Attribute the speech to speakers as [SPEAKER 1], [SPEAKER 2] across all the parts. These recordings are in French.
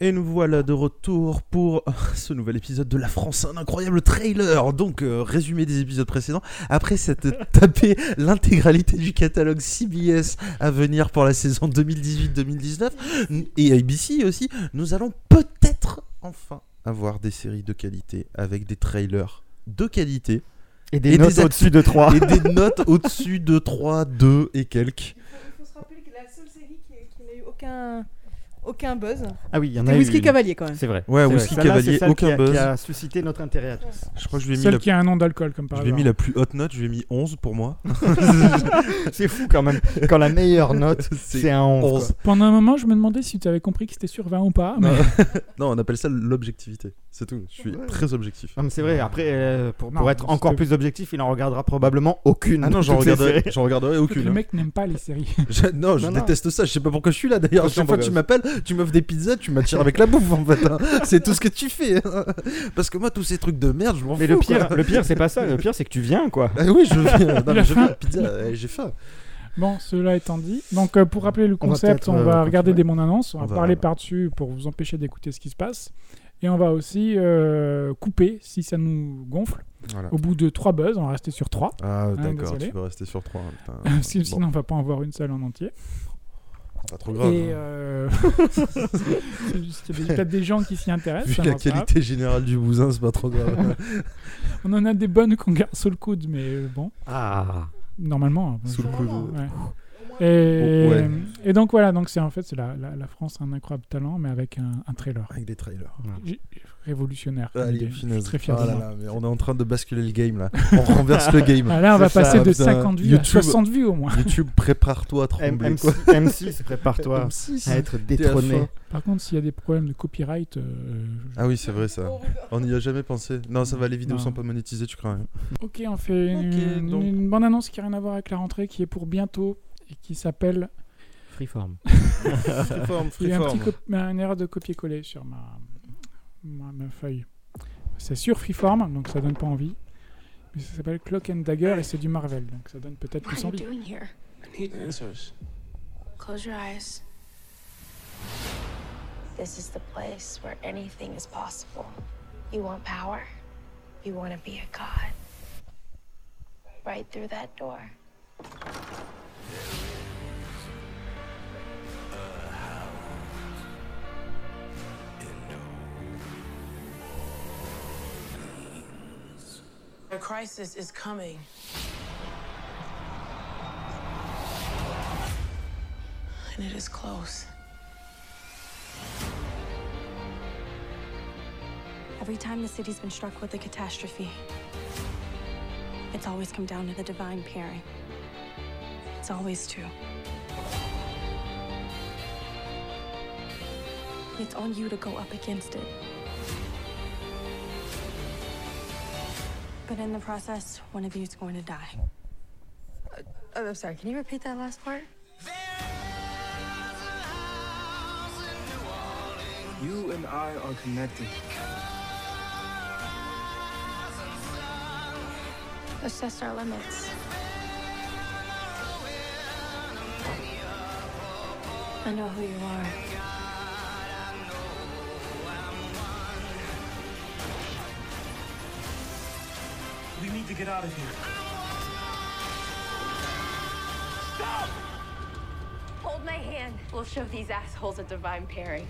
[SPEAKER 1] Et nous voilà de retour pour ce nouvel épisode de La France, un incroyable trailer. Donc, euh, résumé des épisodes précédents. Après s'être tapé l'intégralité du catalogue CBS à venir pour la saison 2018-2019 et ABC aussi, nous allons peut-être enfin avoir des séries de qualité avec des trailers de qualité
[SPEAKER 2] Et des
[SPEAKER 1] Et
[SPEAKER 2] notes
[SPEAKER 1] des actus.
[SPEAKER 2] au-dessus de 3.
[SPEAKER 1] et des notes au-dessus de 3, 2 et quelques.
[SPEAKER 3] Il faut- il faut se rappeler que la seule série qui, qui n'a eu aucun, aucun buzz,
[SPEAKER 2] Ah oui, il y en a
[SPEAKER 3] c'est
[SPEAKER 2] eu
[SPEAKER 3] Whisky
[SPEAKER 2] une.
[SPEAKER 3] Cavalier quand même.
[SPEAKER 2] C'est vrai.
[SPEAKER 1] Ouais,
[SPEAKER 2] C'est vrai.
[SPEAKER 1] Whisky
[SPEAKER 2] Celle-là,
[SPEAKER 1] Cavalier,
[SPEAKER 2] c'est celle
[SPEAKER 1] aucun
[SPEAKER 2] qui a-
[SPEAKER 1] buzz.
[SPEAKER 2] Qui a suscité notre intérêt à tous.
[SPEAKER 1] Je crois que je lui ai mis,
[SPEAKER 4] Celle
[SPEAKER 1] la...
[SPEAKER 4] qui a un nom d'alcool, comme par
[SPEAKER 1] je lui ai
[SPEAKER 4] hasard.
[SPEAKER 1] mis la plus haute note, je lui ai mis 11 pour moi.
[SPEAKER 2] C'est fou quand même. Quand la meilleure note, c'est un 11. quoi.
[SPEAKER 1] 11.
[SPEAKER 4] Pendant un moment, je me demandais si tu avais compris que c'était sur 20 ou pas. Ah, Mais...
[SPEAKER 1] Non, on appelle ça l'objectivité. C'est tout. Je suis
[SPEAKER 2] Ouais. Ah,
[SPEAKER 1] très objectif.
[SPEAKER 2] Non, mais c'est vrai. Après, euh, pour,
[SPEAKER 4] Non,
[SPEAKER 2] pour être
[SPEAKER 4] mais
[SPEAKER 2] encore
[SPEAKER 4] c'était-
[SPEAKER 2] plus objectif, il en regardera probablement aucune.
[SPEAKER 1] Ah non, j'en
[SPEAKER 2] Toutes ces
[SPEAKER 1] regarderai,
[SPEAKER 2] séries.
[SPEAKER 1] j'en regarderai
[SPEAKER 4] Le
[SPEAKER 1] aucune. hein.
[SPEAKER 4] mec n'aime pas les séries.
[SPEAKER 1] Je- non, je
[SPEAKER 2] Non, non.
[SPEAKER 1] déteste ça. Je sais pas pourquoi je suis là d'ailleurs.
[SPEAKER 2] Je
[SPEAKER 1] Chaque
[SPEAKER 2] sais
[SPEAKER 1] fois
[SPEAKER 2] pas,
[SPEAKER 1] que tu
[SPEAKER 2] ouais.
[SPEAKER 1] m'appelles, tu m'offres des pizzas, tu m'attires avec la bouffe en fait. hein. C'est tout ce que tu fais. hein. Parce que moi, tous ces trucs de merde, je m'en fous.
[SPEAKER 2] Mais le pire,
[SPEAKER 1] quoi.
[SPEAKER 2] le pire, c'est pas ça. Le pire, c'est que tu viens, quoi.
[SPEAKER 1] Ah oui, je viens. Non,
[SPEAKER 4] Il
[SPEAKER 1] mais
[SPEAKER 4] a
[SPEAKER 1] je
[SPEAKER 4] faim.
[SPEAKER 1] viens. Pizza, euh, j'ai faim.
[SPEAKER 4] Bon, cela étant dit, donc euh, pour rappeler le
[SPEAKER 2] On va
[SPEAKER 4] concept,
[SPEAKER 2] peut-être,
[SPEAKER 4] on va,
[SPEAKER 2] euh, continuer.
[SPEAKER 4] regarder des bandes annonces, on va
[SPEAKER 1] On va-
[SPEAKER 4] parler par-dessus pour vous empêcher d'écouter ce qui se passe. Et on va aussi euh, couper si ça nous gonfle.
[SPEAKER 1] Voilà.
[SPEAKER 4] Au bout de 3 buzz, on va rester sur 3.
[SPEAKER 1] Ah, d'accord,
[SPEAKER 4] désolé.
[SPEAKER 1] tu peux rester sur 3. Hein, putain.
[SPEAKER 4] Parce que
[SPEAKER 1] Bon,
[SPEAKER 4] sinon, on va pas en voir une seule en entier.
[SPEAKER 1] c'est pas trop grave.
[SPEAKER 4] Et
[SPEAKER 1] hein.
[SPEAKER 4] euh, c'est juste qu'il y a des- peut-être des gens qui s'y intéressent.
[SPEAKER 1] Vu
[SPEAKER 4] euh, ça
[SPEAKER 1] la
[SPEAKER 4] marche pas.
[SPEAKER 1] qualité générale du bousin, c'est pas trop grave.
[SPEAKER 4] On en a des bonnes qu'on garde sous le coude, mais euh, bon,
[SPEAKER 2] Ah.
[SPEAKER 4] normalement. hein,
[SPEAKER 1] Sous le coude.
[SPEAKER 4] Ouais.
[SPEAKER 3] moins-
[SPEAKER 4] Et,
[SPEAKER 1] Oh, ouais.
[SPEAKER 4] et donc voilà, donc c'est en fait c'est la, la, la France a un incroyable talent, mais avec un, un trailer
[SPEAKER 1] Avec des trailers.
[SPEAKER 4] J'ai- révolutionnaire. comme
[SPEAKER 1] Allez,
[SPEAKER 4] idée. je suis
[SPEAKER 1] finesse.
[SPEAKER 4] très fier
[SPEAKER 1] Ah
[SPEAKER 4] de
[SPEAKER 1] là
[SPEAKER 4] moi.
[SPEAKER 1] là, mais on est en train de basculer le game là. On renverse le game.
[SPEAKER 4] Ah, là, on
[SPEAKER 2] C'est
[SPEAKER 4] va
[SPEAKER 2] ça,
[SPEAKER 4] passer de
[SPEAKER 1] putain.
[SPEAKER 4] 50 vues à
[SPEAKER 1] YouTube.
[SPEAKER 4] 60 vues au moins.
[SPEAKER 1] YouTube, prépare-toi à trembler. quoi.
[SPEAKER 2] M6, prépare-toi à être détrôné.
[SPEAKER 4] Par contre, s'il y a des problèmes de copyright, euh,
[SPEAKER 1] Ah oui, c'est vrai ça. On n'y a jamais pensé. Non, ça va, les vidéos
[SPEAKER 4] Non.
[SPEAKER 1] sont pas monétisées, tu hein. crains rien.
[SPEAKER 4] ok, on fait une,
[SPEAKER 1] Ok,
[SPEAKER 4] une-
[SPEAKER 1] donc-
[SPEAKER 4] une bonne annonce qui n'a rien à voir avec la rentrée, qui est pour bientôt et qui s'appelle.
[SPEAKER 2] Freeform.
[SPEAKER 1] Freeform,
[SPEAKER 4] Il y a un petit cop- une erreur de copier-coller sur ma, ma, ma feuille. C'est sur Freeform, donc ça donne pas envie. Mais ça s'appelle Clock and Dagger et c'est du Marvel, donc ça donne peut-être
[SPEAKER 5] What
[SPEAKER 4] plus
[SPEAKER 5] are you
[SPEAKER 4] envie.
[SPEAKER 5] doing here?
[SPEAKER 6] I need answers.
[SPEAKER 5] Close your eyes. This is the place where anything is possible. You want power? You want to be a god? Right through that door.
[SPEAKER 7] A crisis is coming. And it is close.
[SPEAKER 8] Every time the city's been struck with a catastrophe, it's always come down to the divine pairing. It's always two. It's on you to go up against it. But in the process, one of you's going to die.
[SPEAKER 5] Oh, I'm sorry. Can you repeat that last part?
[SPEAKER 6] You and I are connected.
[SPEAKER 5] Let's test our limits.
[SPEAKER 8] I know who you are.
[SPEAKER 6] We need to get out of here.
[SPEAKER 5] Hold my hand. We'll show these assholes a divine pairing.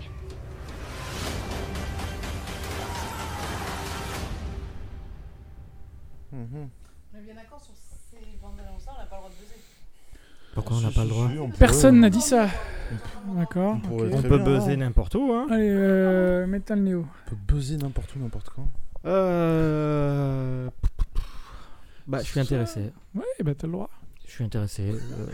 [SPEAKER 3] On est bien d'accord sur ces bandes annonces, on n'a pas le droit de buzzer.
[SPEAKER 2] Pourquoi on n'a pas le droit
[SPEAKER 4] Personne n'a dit ça. D'accord.
[SPEAKER 1] pourrait
[SPEAKER 4] ok.
[SPEAKER 2] On
[SPEAKER 1] Très
[SPEAKER 2] peut
[SPEAKER 1] bien,
[SPEAKER 2] buzzer
[SPEAKER 1] hein.
[SPEAKER 2] n'importe où, hein.
[SPEAKER 4] Allez, euh, Metal Neo.
[SPEAKER 1] On peut buzzer n'importe où, n'importe quand.
[SPEAKER 2] Euh... Bah, je suis intéressé.
[SPEAKER 4] Ouais, bah t'as le droit.
[SPEAKER 2] Je suis intéressé. euh,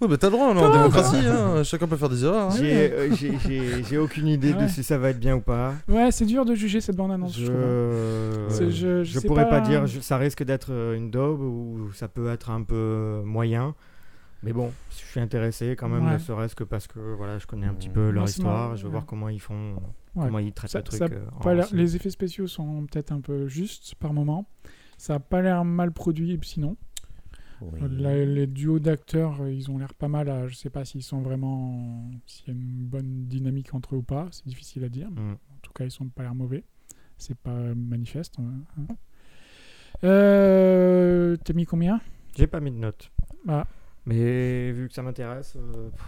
[SPEAKER 1] Ouais, bah t'as le droit, on est en démocratie, hein. chacun peut faire des erreurs. hein.
[SPEAKER 2] J'ai euh, j'ai- j'ai- j'ai aucune idée de
[SPEAKER 4] Ouais.
[SPEAKER 2] si ça va être bien ou pas.
[SPEAKER 4] Ouais, c'est dur de juger cette bande-annonce, je, trouve.
[SPEAKER 2] Je
[SPEAKER 4] C'est- je- je
[SPEAKER 2] je
[SPEAKER 4] sais
[SPEAKER 2] pourrais pas
[SPEAKER 4] pas.
[SPEAKER 2] dire. je- Ça risque d'être euh, une daube ou ça peut être un peu euh, moyen. Mais bon, je suis intéressé quand même,
[SPEAKER 4] Ouais.
[SPEAKER 2] ne serait-ce que parce que voilà, je connais un petit
[SPEAKER 1] Mm.
[SPEAKER 2] peu leur
[SPEAKER 4] Moi, c'est
[SPEAKER 2] histoire.
[SPEAKER 4] marrant,
[SPEAKER 2] Je veux
[SPEAKER 4] ouais.
[SPEAKER 2] voir comment ils font,
[SPEAKER 4] Ouais.
[SPEAKER 2] comment ils traitent
[SPEAKER 4] Ça-
[SPEAKER 2] le truc.
[SPEAKER 4] ça
[SPEAKER 2] euh, en
[SPEAKER 4] Pas l'air-
[SPEAKER 2] cinéma.
[SPEAKER 4] les effets spéciaux sont peut-être un peu justes par moment. Ça a pas l'air mal produit sinon.
[SPEAKER 1] Oui.
[SPEAKER 4] La- les duos d'acteurs, euh, ils ont l'air pas mal. à- je sais pas s'ils sont vraiment. S'il y a une bonne dynamique entre eux ou pas. C'est difficile à dire.
[SPEAKER 2] Mm.
[SPEAKER 4] En tout cas, ils sont pas l'air mauvais. C'est pas euh, manifeste. hein, hein. Euh, T'as mis combien
[SPEAKER 2] J'ai pas mis de notes.
[SPEAKER 4] Ah.
[SPEAKER 2] Mais vu que ça m'intéresse, euh, pff.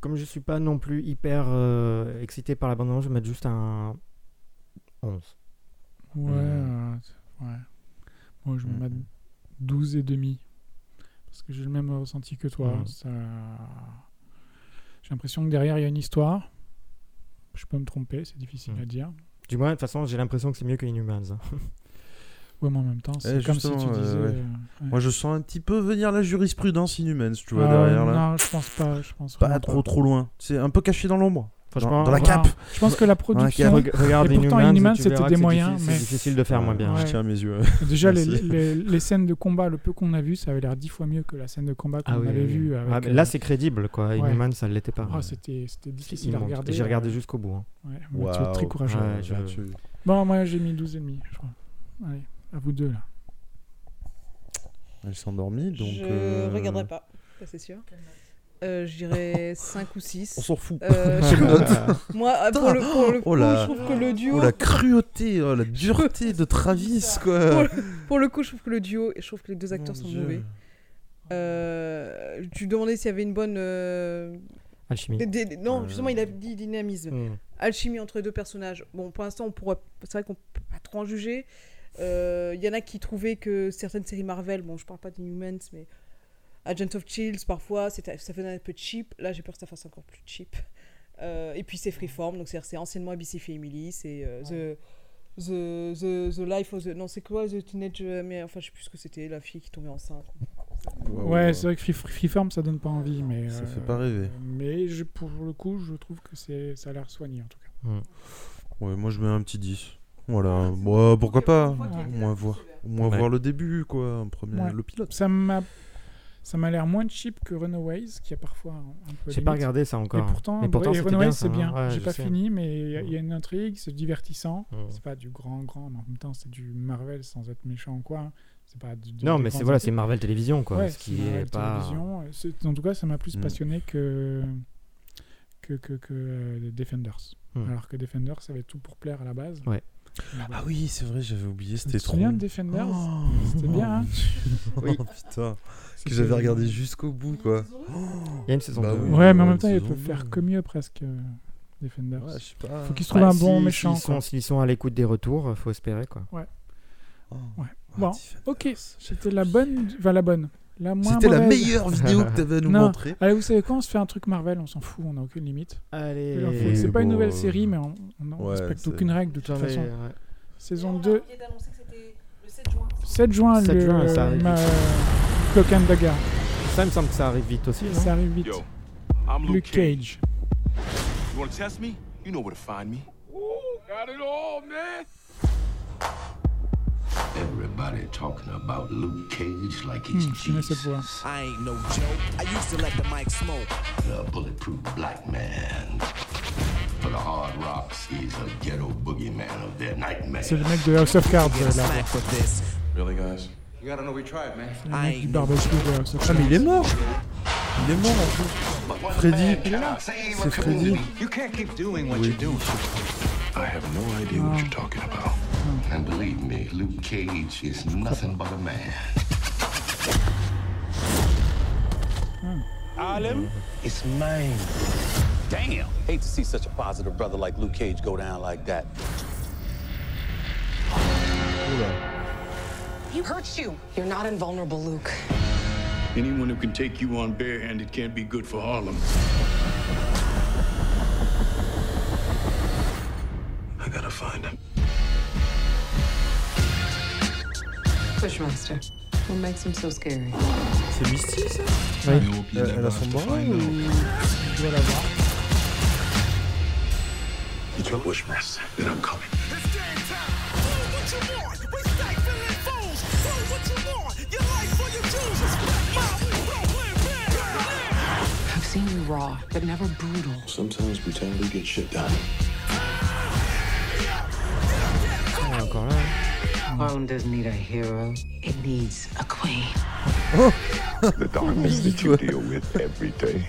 [SPEAKER 2] comme je suis pas non plus hyper euh, excité par l'abandon, je vais mettre juste un 11.
[SPEAKER 4] Ouais. euh, ouais. Moi, je me
[SPEAKER 2] Mm.
[SPEAKER 4] mets 12 et demi. Parce que j'ai le même ressenti que toi.
[SPEAKER 2] Mm.
[SPEAKER 4] Ça... J'ai l'impression que derrière, il y a une histoire. Je peux me tromper, c'est difficile
[SPEAKER 2] Mm.
[SPEAKER 4] à dire.
[SPEAKER 2] Du moins, de toute façon, j'ai l'impression que c'est mieux que Inhumans. hein.
[SPEAKER 4] Ouais, mais en même temps, c'est
[SPEAKER 1] Eh,
[SPEAKER 4] comme si tu
[SPEAKER 1] justement,
[SPEAKER 4] disais.
[SPEAKER 1] euh, ouais.
[SPEAKER 4] euh, ouais.
[SPEAKER 1] Moi, je sens un petit peu venir la jurisprudence inhumaine, tu vois,
[SPEAKER 4] Ah,
[SPEAKER 1] derrière là.
[SPEAKER 4] Non, je pense pas. Je pense
[SPEAKER 1] Pas
[SPEAKER 4] vraiment
[SPEAKER 1] trop trop loin. C'est un peu caché dans l'ombre.
[SPEAKER 2] Franchement,
[SPEAKER 1] Dans la
[SPEAKER 4] Enfin,
[SPEAKER 1] cape.
[SPEAKER 4] Je pense que la
[SPEAKER 1] la
[SPEAKER 4] production.
[SPEAKER 1] cape.
[SPEAKER 2] Reg- regarde
[SPEAKER 4] Et pourtant,
[SPEAKER 2] Inhumans,
[SPEAKER 4] Inhumans,
[SPEAKER 2] tu
[SPEAKER 4] c'était
[SPEAKER 2] verras
[SPEAKER 4] des
[SPEAKER 2] que c'est
[SPEAKER 4] moyens,
[SPEAKER 2] diffi-
[SPEAKER 4] mais-
[SPEAKER 2] C'est difficile de faire moins bien.
[SPEAKER 1] Je
[SPEAKER 4] Ouais.
[SPEAKER 1] tiens à mes yeux.
[SPEAKER 4] déjà, les,
[SPEAKER 1] Merci.
[SPEAKER 4] les- les scènes de combat, le peu qu'on a vu, ça avait l'air dix fois mieux que la scène de combat qu'on
[SPEAKER 2] Ah oui,
[SPEAKER 4] avait
[SPEAKER 2] oui, oui.
[SPEAKER 4] vue. avec,
[SPEAKER 2] Ah, mais là,
[SPEAKER 4] euh,
[SPEAKER 2] c'est crédible, quoi. Inhumans, ça l'était pas.
[SPEAKER 4] ah, c'était c'était
[SPEAKER 2] C'est
[SPEAKER 4] difficile à
[SPEAKER 2] immonde.
[SPEAKER 4] regarder.
[SPEAKER 2] Et J'ai regardé jusqu'au bout. hein.
[SPEAKER 4] Ouais, mais Tu es très
[SPEAKER 1] Waouh.
[SPEAKER 4] courageux.
[SPEAKER 2] Ouais, je-
[SPEAKER 4] Bon, moi j'ai mis 12,5, je crois. Allez, à vous deux là.
[SPEAKER 1] Elle s'est endormie, donc.
[SPEAKER 3] je
[SPEAKER 1] euh,
[SPEAKER 3] regarderai pas, ça c'est sûr. Euh, je dirais 5 ou
[SPEAKER 1] On
[SPEAKER 3] 6.
[SPEAKER 1] s'en fout.
[SPEAKER 3] Euh, je- moi, euh, pour le, pour le
[SPEAKER 1] Oh
[SPEAKER 3] coup,
[SPEAKER 1] là.
[SPEAKER 3] je trouve que le duo,
[SPEAKER 1] Oh la cruauté, oh, la dureté de Travis, quoi.
[SPEAKER 3] pour le coup, je trouve que le duo, et je trouve que les deux
[SPEAKER 1] Mon
[SPEAKER 3] Oh, acteurs sont
[SPEAKER 1] Dieu.
[SPEAKER 3] mauvais. Euh, tu demandais s'il y avait une bonne. euh,
[SPEAKER 2] Alchimie.
[SPEAKER 3] des- des- non,
[SPEAKER 1] Euh.
[SPEAKER 3] justement, il a dit dynamisme.
[SPEAKER 2] Mm.
[SPEAKER 3] alchimie entre les deux personnages. Bon, pour l'instant, on pourrait... c'est vrai qu'on peut pas trop en juger. Euh, Il y en a qui trouvaient que certaines séries Marvel, bon, je parle pas d'Inhumans, mais Agent of Chills, parfois, c'est- ça faisait un peu cheap. Là, j'ai peur que ça fasse encore plus cheap. Euh, et puis, c'est freeform, donc c'est- c'est anciennement ABC Family, c'est euh, The. The, the, the Life of the. Non, c'est quoi The Teenage. euh, Mais enfin, je sais plus ce que c'était, la fille qui tombait enceinte.
[SPEAKER 1] Waouh.
[SPEAKER 4] Ouais, c'est vrai que Free, Free Form ça donne pas envie, mais.
[SPEAKER 1] Oh. Ça
[SPEAKER 4] euh,
[SPEAKER 1] fait pas rêver.
[SPEAKER 4] Mais je- pour le coup, je trouve que c'est- ça a l'air soigné en tout cas.
[SPEAKER 1] Ouais, moi je mets un petit 10.
[SPEAKER 3] Ah,
[SPEAKER 1] Voilà, Bon, pourquoi pas Au moins, voir, au moins
[SPEAKER 2] Ouais.
[SPEAKER 1] voir le début, quoi. Un premier,
[SPEAKER 4] Ouais.
[SPEAKER 1] Le pilote.
[SPEAKER 4] Ça m'a. Ça m'a l'air moins cheap que Runaways, qui a parfois un un peu.
[SPEAKER 2] J'ai pas
[SPEAKER 4] limite.
[SPEAKER 2] regardé ça
[SPEAKER 4] Et
[SPEAKER 2] encore.
[SPEAKER 4] pourtant,
[SPEAKER 2] Mais
[SPEAKER 4] ouais, et
[SPEAKER 2] c'était
[SPEAKER 4] Runaways,
[SPEAKER 2] bien, ça,
[SPEAKER 4] c'est
[SPEAKER 2] hein.
[SPEAKER 4] bien.
[SPEAKER 2] Ouais,
[SPEAKER 4] J'ai
[SPEAKER 2] je
[SPEAKER 4] pas
[SPEAKER 2] sais.
[SPEAKER 4] fini, mais il y a- il y,
[SPEAKER 2] Mm.
[SPEAKER 4] a une intrigue, c'est divertissant.
[SPEAKER 2] Mm.
[SPEAKER 4] C'est pas du grand, grand, mais en même temps, c'est du Marvel sans être méchant ou quoi. hein. C'est pas du- du-
[SPEAKER 2] Non,
[SPEAKER 4] des
[SPEAKER 2] mais c'est
[SPEAKER 4] grands
[SPEAKER 2] voilà,
[SPEAKER 4] intrigues.
[SPEAKER 2] c'est Marvel Télévision, quoi.
[SPEAKER 4] Ouais,
[SPEAKER 2] ce
[SPEAKER 4] c'est
[SPEAKER 2] qui
[SPEAKER 4] ma
[SPEAKER 2] est pas.
[SPEAKER 4] télévision. euh, C'est- En tout cas, ça m'a plus
[SPEAKER 1] Mm.
[SPEAKER 4] passionné que, que, que, que, euh, Defenders.
[SPEAKER 2] Mm.
[SPEAKER 4] Alors que Defenders avait tout pour plaire à la base.
[SPEAKER 2] Ouais.
[SPEAKER 4] Mais voilà.
[SPEAKER 1] Ah oui, c'est vrai, j'avais oublié,
[SPEAKER 4] Tu
[SPEAKER 1] c'était
[SPEAKER 4] te
[SPEAKER 1] trop.
[SPEAKER 4] souviens de Defenders C'était bien, hein
[SPEAKER 2] Oui.
[SPEAKER 1] Oh putain, que
[SPEAKER 4] C'était-
[SPEAKER 1] j'avais regardé jusqu'au bout, quoi.
[SPEAKER 2] Il y a une saison
[SPEAKER 1] Bah
[SPEAKER 2] 2.
[SPEAKER 1] oui.
[SPEAKER 4] Ouais, mais en
[SPEAKER 1] Ouais,
[SPEAKER 4] même temps, ils
[SPEAKER 1] saison
[SPEAKER 4] peuvent faire
[SPEAKER 1] deux.
[SPEAKER 4] que mieux presque euh, Defenders.
[SPEAKER 1] Ouais, je sais pas.
[SPEAKER 4] Faut qu'ils se trouvent un bon méchant.
[SPEAKER 2] S'ils sont,
[SPEAKER 4] quoi.
[SPEAKER 2] s'ils sont à l'écoute des retours, faut espérer, quoi.
[SPEAKER 1] Oh.
[SPEAKER 4] Ouais.
[SPEAKER 1] Ah,
[SPEAKER 4] Bon.
[SPEAKER 1] Tiffany.
[SPEAKER 4] Ok, c'était la bonne, enfin la bonne, la moins
[SPEAKER 1] C'était la
[SPEAKER 4] mauvaise.
[SPEAKER 1] meilleure vidéo que t'avais à nous
[SPEAKER 4] Non.
[SPEAKER 1] montrer.
[SPEAKER 4] Allez, vous savez quoi On se fait un truc Marvel, on s'en fout, on n'a aucune limite.
[SPEAKER 2] Allez.
[SPEAKER 4] Alors, faut- C'est pas une
[SPEAKER 1] bon,
[SPEAKER 4] nouvelle
[SPEAKER 1] euh,
[SPEAKER 4] série, mais on, on en
[SPEAKER 1] ouais,
[SPEAKER 4] respecte
[SPEAKER 1] c'est- euh.
[SPEAKER 4] aucune règle de toute
[SPEAKER 2] J'en ai-
[SPEAKER 4] façon.
[SPEAKER 2] ouais.
[SPEAKER 4] Saison 2,
[SPEAKER 5] d'annoncer que c'était le 7 juin.
[SPEAKER 4] 7 juin,
[SPEAKER 2] 7
[SPEAKER 4] le
[SPEAKER 2] juin, ça arrive.
[SPEAKER 4] ma- Cloak and Dagger.
[SPEAKER 2] Ça, il me semble que ça arrive vite aussi. non
[SPEAKER 4] Ça arrive vite.
[SPEAKER 6] Yo, I'm Luke,
[SPEAKER 4] Luke Cage.
[SPEAKER 6] You wanna test me? You know where to find me. Ooh, got it all, man.
[SPEAKER 9] Everybody talking about Luke Cage like he's
[SPEAKER 4] Hmm, je connais cette voix.
[SPEAKER 10] I ain't no joke. I used to let the mic smoke.
[SPEAKER 9] a bulletproof black man. For the hard rocks, he's a ghetto boogeyman of their nightmare.
[SPEAKER 4] C'est le mec de House of Cards, euh,
[SPEAKER 10] Get
[SPEAKER 4] là.
[SPEAKER 10] smack for this.
[SPEAKER 6] Really, guys?
[SPEAKER 4] Le
[SPEAKER 10] I
[SPEAKER 4] mec du
[SPEAKER 10] ain't
[SPEAKER 4] barbecue de House of
[SPEAKER 1] Ah,
[SPEAKER 4] Cards.
[SPEAKER 1] mais il est mort Il est mort en plus. Freddy, c'est Freddy.
[SPEAKER 6] You can't keep doing what
[SPEAKER 1] Oui.
[SPEAKER 6] you're doing.
[SPEAKER 9] I have no idea what you're talking about. And believe me, Luke Cage is nothing but a man.
[SPEAKER 10] It's mine.
[SPEAKER 6] Damn.
[SPEAKER 11] Hate to see such a positive brother like Luke Cage go down like that.
[SPEAKER 7] He hurt you. You're not invulnerable, Luke.
[SPEAKER 9] Anyone who can take you on barehanded can't be good for Harlem.
[SPEAKER 6] I gotta find him.
[SPEAKER 7] Bushmaster. What makes him so scary?
[SPEAKER 1] C'est Misty, ça
[SPEAKER 2] Oui.
[SPEAKER 1] elle, elle a son bras ou...
[SPEAKER 9] It's a bushmaster. Then I'm coming.
[SPEAKER 10] It's game time. Do what you want. We stay feeling fools. Do what you want. Your life for your choosers. Black mob, Brooklyn, Brooklyn.
[SPEAKER 7] I've seen you raw, but never brutal.
[SPEAKER 6] Sometimes brutality gets shit done.
[SPEAKER 2] Ah, encore là.
[SPEAKER 4] Ah,
[SPEAKER 7] Harlem doesn't need a hero. It needs a queen.
[SPEAKER 12] the darkness that you deal with every day.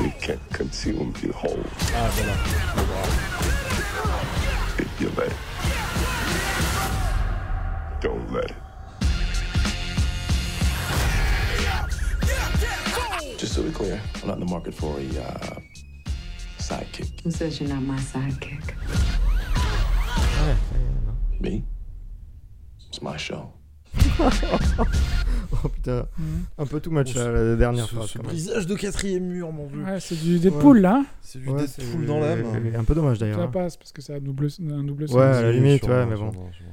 [SPEAKER 12] It can consume you whole. If you let it. Don't let it.
[SPEAKER 11] Just so we're clear, I'm not in the market for a uh, sidekick.
[SPEAKER 7] Who says you're not my sidekick?
[SPEAKER 11] Me? It's my show.
[SPEAKER 2] oh putain,
[SPEAKER 4] Mm.
[SPEAKER 2] un peu too much là, la dernière
[SPEAKER 1] ce-
[SPEAKER 2] fois.
[SPEAKER 1] euh, ce
[SPEAKER 2] quand même.
[SPEAKER 1] brisage de quatrième mur, mon vieux.
[SPEAKER 4] Ouais, c'est du Deadpool
[SPEAKER 1] Ouais.
[SPEAKER 4] là. hein.
[SPEAKER 1] C'est du
[SPEAKER 2] Ouais,
[SPEAKER 1] Deadpool
[SPEAKER 2] c'est-
[SPEAKER 1] dans l'âme.
[SPEAKER 2] c'est Un peu dommage d'ailleurs.
[SPEAKER 4] Ça
[SPEAKER 2] hein.
[SPEAKER 4] passe parce que c'est un double, un double
[SPEAKER 2] Ouais,
[SPEAKER 4] sens.
[SPEAKER 1] Ah,
[SPEAKER 2] à la limite,
[SPEAKER 1] sûrement,
[SPEAKER 2] ouais, mais bon.
[SPEAKER 1] sûrement, sûrement.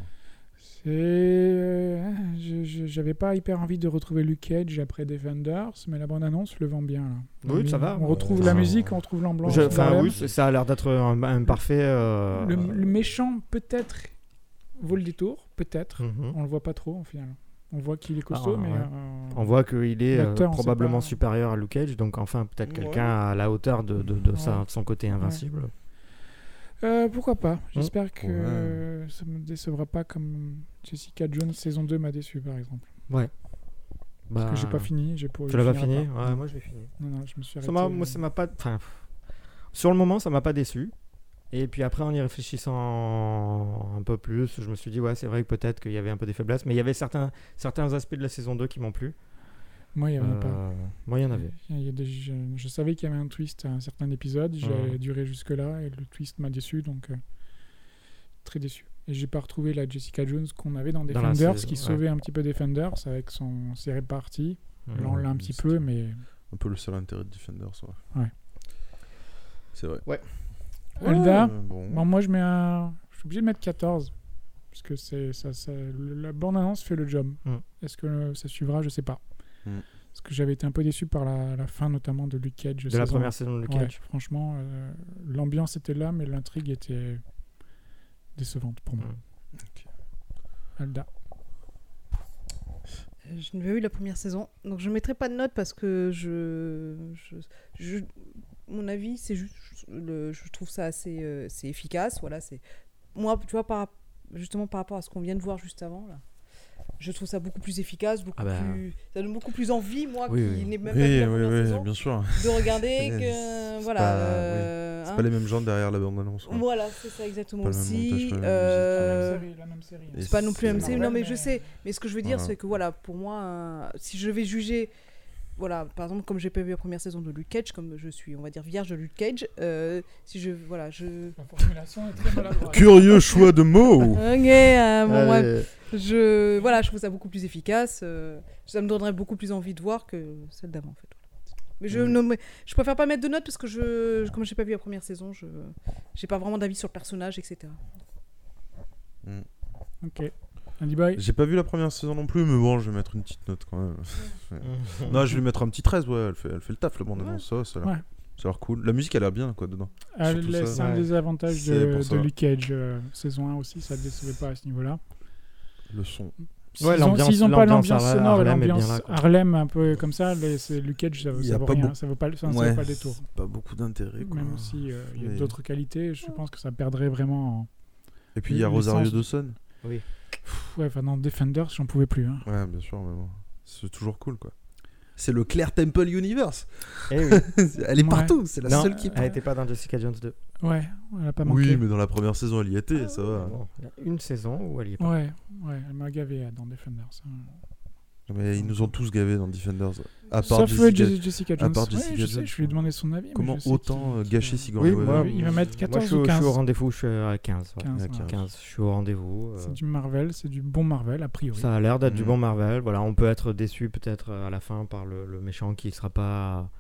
[SPEAKER 4] C'est. euh, je- je- J'avais pas hyper envie de retrouver Luke Cage après Defenders, mais la bande-annonce le vend bien là.
[SPEAKER 2] Oui,
[SPEAKER 4] On-
[SPEAKER 2] ça va.
[SPEAKER 4] On retrouve
[SPEAKER 2] Ouais,
[SPEAKER 4] la
[SPEAKER 2] ça va.
[SPEAKER 4] musique, on retrouve l'ambiance.
[SPEAKER 2] Je-
[SPEAKER 4] on
[SPEAKER 2] Enfin,
[SPEAKER 4] l'aime.
[SPEAKER 2] oui, c'est- ça a l'air d'être un, un parfait. euh,
[SPEAKER 4] Le, le méchant, peut-être, vaut le détour, peut-être.
[SPEAKER 2] Mhm.
[SPEAKER 4] On le voit pas trop, en final. On voit qu'il est
[SPEAKER 2] ah,
[SPEAKER 4] costaud, mais.
[SPEAKER 2] ouais.
[SPEAKER 4] euh,
[SPEAKER 2] On voit qu'il est euh,
[SPEAKER 4] l'acteur, on sait
[SPEAKER 2] probablement
[SPEAKER 4] pas.
[SPEAKER 2] supérieur à Luke Cage, donc enfin peut-être
[SPEAKER 4] Ouais.
[SPEAKER 2] quelqu'un à la hauteur de, de, de sa-
[SPEAKER 4] Ouais.
[SPEAKER 2] de son côté invincible.
[SPEAKER 4] Euh, pourquoi
[SPEAKER 2] Hmm.
[SPEAKER 4] pas J'espère que
[SPEAKER 2] Ouais.
[SPEAKER 4] euh, ça me décevra pas comme Jessica Jones saison 2 m'a déçu par exemple.
[SPEAKER 2] Ouais.
[SPEAKER 4] Parce que j'ai
[SPEAKER 2] Bah,
[SPEAKER 4] pas fini. j'ai Pour...
[SPEAKER 2] tu
[SPEAKER 4] je
[SPEAKER 2] l'as pas
[SPEAKER 4] finirai
[SPEAKER 2] fini Ouais, moi, je l'ai fini.
[SPEAKER 4] Non, non, je me suis
[SPEAKER 2] Ça
[SPEAKER 4] arrêté.
[SPEAKER 2] m'a-
[SPEAKER 4] euh,
[SPEAKER 2] moi, ça m'a pas. Enfin, pff. sur le moment, ça m'a pas déçu. Et puis après, en y réfléchissant un peu plus, je me suis dit, ouais, c'est vrai que peut-être qu'il y avait un peu des faiblesses, mais il y avait certains, certains aspects de la saison 2 qui m'ont plu.
[SPEAKER 4] Moi, il y en a
[SPEAKER 2] Euh,
[SPEAKER 4] pas.
[SPEAKER 2] Moi, il y en avait.
[SPEAKER 4] Il y a des- Je, je savais qu'il y avait un twist à un certain épisode, j'avais
[SPEAKER 2] Ouais.
[SPEAKER 4] duré jusque-là et le twist m'a déçu donc euh, très déçu. Et j'ai pas retrouvé la Jessica Jones qu'on avait dans
[SPEAKER 2] Dans la
[SPEAKER 4] Defenders
[SPEAKER 2] saison,
[SPEAKER 4] qui
[SPEAKER 2] ouais.
[SPEAKER 4] sauvait un petit peu Defenders avec son ses réparties.
[SPEAKER 2] Mhm.
[SPEAKER 4] Là on l'a un petit peu mais
[SPEAKER 1] Un peu le seul intérêt de Defenders, ouais.
[SPEAKER 4] Ouais.
[SPEAKER 1] C'est vrai.
[SPEAKER 2] Ouais.
[SPEAKER 4] Elda,
[SPEAKER 1] Euh, bon.
[SPEAKER 4] bon, moi je mets un. Je suis obligé de mettre 14. Parce que c'est ça, ça- le- la bande-annonce fait le job.
[SPEAKER 2] Mm.
[SPEAKER 4] Est-ce que euh, ça suivra Je sais pas.
[SPEAKER 1] Mm.
[SPEAKER 4] Parce que j'avais été un peu déçu par la, la fin, notamment de Luke Cage.
[SPEAKER 2] De la première saison de Luke
[SPEAKER 4] Ouais,
[SPEAKER 2] Cage.
[SPEAKER 4] franchement, euh, l'ambiance était là, mais l'intrigue était décevante pour moi.
[SPEAKER 2] Mm.
[SPEAKER 4] Alda.
[SPEAKER 3] Je n'avais eu la première saison, donc je ne mettrai pas de note parce que je, je, je- mon avis, c'est juste, le, je trouve ça assez, euh, c'est efficace, voilà, c'est, moi, tu vois, par, justement par rapport à ce qu'on vient de voir juste avant là. Je trouve ça beaucoup plus efficace, beaucoup
[SPEAKER 1] Ah bah.
[SPEAKER 3] plus, ça donne beaucoup plus envie, moi,
[SPEAKER 1] Oui,
[SPEAKER 3] qui
[SPEAKER 1] oui.
[SPEAKER 3] n'ai même
[SPEAKER 1] Oui,
[SPEAKER 3] pas vu la
[SPEAKER 1] oui,
[SPEAKER 3] première
[SPEAKER 1] oui,
[SPEAKER 3] saison,
[SPEAKER 1] bien sûr.
[SPEAKER 3] de regarder
[SPEAKER 1] C'est-
[SPEAKER 3] que,
[SPEAKER 1] c'est
[SPEAKER 3] voilà.
[SPEAKER 1] pas-
[SPEAKER 3] euh,
[SPEAKER 1] C'est
[SPEAKER 3] hein.
[SPEAKER 1] pas les mêmes gens derrière la bande-annonce. quoi.
[SPEAKER 3] Voilà, c'est ça exactement
[SPEAKER 1] Pas le même montage,
[SPEAKER 3] aussi.
[SPEAKER 1] pas la même
[SPEAKER 3] euh,
[SPEAKER 4] musique, la même série, la même série.
[SPEAKER 3] C'est pas non plus la même
[SPEAKER 4] Et
[SPEAKER 3] série,
[SPEAKER 4] c'est-
[SPEAKER 3] non mais je sais. Mais ce que je veux dire,
[SPEAKER 1] Voilà.
[SPEAKER 3] c'est que voilà, pour moi, euh, si je vais juger, voilà, par exemple, comme j'ai pas vu la première saison de Luke Cage, comme je suis, on va dire, vierge de Luke Cage, euh, si je, voilà, je.
[SPEAKER 4] formulation est très maladroite.
[SPEAKER 1] Curieux choix de mots.
[SPEAKER 3] Ok, euh,
[SPEAKER 1] Allez.
[SPEAKER 3] bon, ouais, je, voilà, je trouve ça beaucoup plus efficace. euh, ça me donnerait beaucoup plus envie de voir que celle d'avant, en fait. voilà. Mais je,
[SPEAKER 1] Mm.
[SPEAKER 3] ne me- je préfère pas mettre de notes parce que je, je- comme j'ai pas vu la première saison, je, j'ai pas vraiment d'avis sur le personnage, etc.
[SPEAKER 4] Ok. Andy Boy
[SPEAKER 1] J'ai pas vu la première saison non plus, mais bon, je vais mettre une petite note quand même. non, je vais mettre un petit 13, ouais, elle fait, elle fait le taf, la bande-annonce, ça, ça a l'air-
[SPEAKER 4] Ouais.
[SPEAKER 1] ça a l'air cool. La musique, elle a l'air bien, quoi, dedans. Surtout
[SPEAKER 4] Elle c'est
[SPEAKER 1] ça.
[SPEAKER 4] un des avantages
[SPEAKER 1] C'est
[SPEAKER 4] de,
[SPEAKER 1] pour ça.
[SPEAKER 4] de Luke Cage euh, saison 1 aussi, ça ne décevait pas à ce niveau-là.
[SPEAKER 1] Le son.
[SPEAKER 4] S'ils ont, s'ils ont pas l'ambiance
[SPEAKER 2] Harlem-
[SPEAKER 4] sonore et
[SPEAKER 2] Harlem est bien
[SPEAKER 4] l'ambiance
[SPEAKER 2] là, quoi.
[SPEAKER 4] Harlem un peu comme ça, les- c'est Luke Cage, ça,
[SPEAKER 1] Il y
[SPEAKER 4] ça
[SPEAKER 1] a
[SPEAKER 4] vaut
[SPEAKER 1] pas
[SPEAKER 4] rien,
[SPEAKER 1] beaucoup-
[SPEAKER 4] ça vaut pas, ça, ça
[SPEAKER 1] Ouais,
[SPEAKER 4] vaut pas le détour.
[SPEAKER 1] c'est Pas beaucoup d'intérêt, quoi.
[SPEAKER 4] Même si euh, il y a
[SPEAKER 1] Mais-
[SPEAKER 4] d'autres qualités, je pense que ça perdrait vraiment. en-
[SPEAKER 1] Et puis il y a
[SPEAKER 4] le
[SPEAKER 1] Rosario
[SPEAKER 4] sens-
[SPEAKER 1] Dawson.
[SPEAKER 2] Oui.
[SPEAKER 4] Pff, Ouais, enfin dans Defenders, j'en pouvais plus. hein.
[SPEAKER 1] Ouais, bien sûr, mais bon. C'est toujours cool, quoi. C'est le Claire Temple Universe.
[SPEAKER 2] Eh oui.
[SPEAKER 1] elle est
[SPEAKER 4] Ouais.
[SPEAKER 1] partout, c'est la
[SPEAKER 2] Non,
[SPEAKER 1] seule qui est
[SPEAKER 2] Elle
[SPEAKER 1] partout.
[SPEAKER 2] n'était pas dans Jessica Jones 2.
[SPEAKER 4] Ouais, elle a pas manqué. Ah
[SPEAKER 1] Oui, mais dans la première saison, elle y était, ça va.
[SPEAKER 2] Bon, il y a une saison où elle y est pas.
[SPEAKER 4] Ouais, ouais, elle m'a gavé euh, dans Defenders. hein.
[SPEAKER 1] Mais ils nous ont tous gavés dans Defenders. À part
[SPEAKER 4] Sauf euh,
[SPEAKER 1] Jessica,
[SPEAKER 4] Je- Jessica
[SPEAKER 1] À
[SPEAKER 4] Jones.
[SPEAKER 1] part
[SPEAKER 4] Ouais,
[SPEAKER 1] Jessica
[SPEAKER 4] je sais,
[SPEAKER 1] Jones.
[SPEAKER 4] je lui ai demandé son avis. mais
[SPEAKER 1] Comment
[SPEAKER 4] je sais
[SPEAKER 1] autant
[SPEAKER 4] qu'il-
[SPEAKER 1] euh,
[SPEAKER 4] qu'il-
[SPEAKER 1] gâcher Sigourney
[SPEAKER 2] moi,
[SPEAKER 1] Weaver
[SPEAKER 4] bah, il va mettre
[SPEAKER 2] moi,
[SPEAKER 4] 14
[SPEAKER 2] je, suis
[SPEAKER 4] ou
[SPEAKER 2] au- je
[SPEAKER 4] 15.
[SPEAKER 2] suis au rendez-vous, je suis à 15. ouais.
[SPEAKER 4] 15,
[SPEAKER 1] ouais,
[SPEAKER 4] ouais.
[SPEAKER 2] 15, je suis au rendez-vous. euh,
[SPEAKER 4] C'est du Marvel, c'est du bon Marvel a priori.
[SPEAKER 2] Ça a l'air d'être du
[SPEAKER 1] Mhm.
[SPEAKER 2] bon Marvel. Voilà, on peut être déçu peut-être euh, à la fin par le, le méchant qui ne sera pas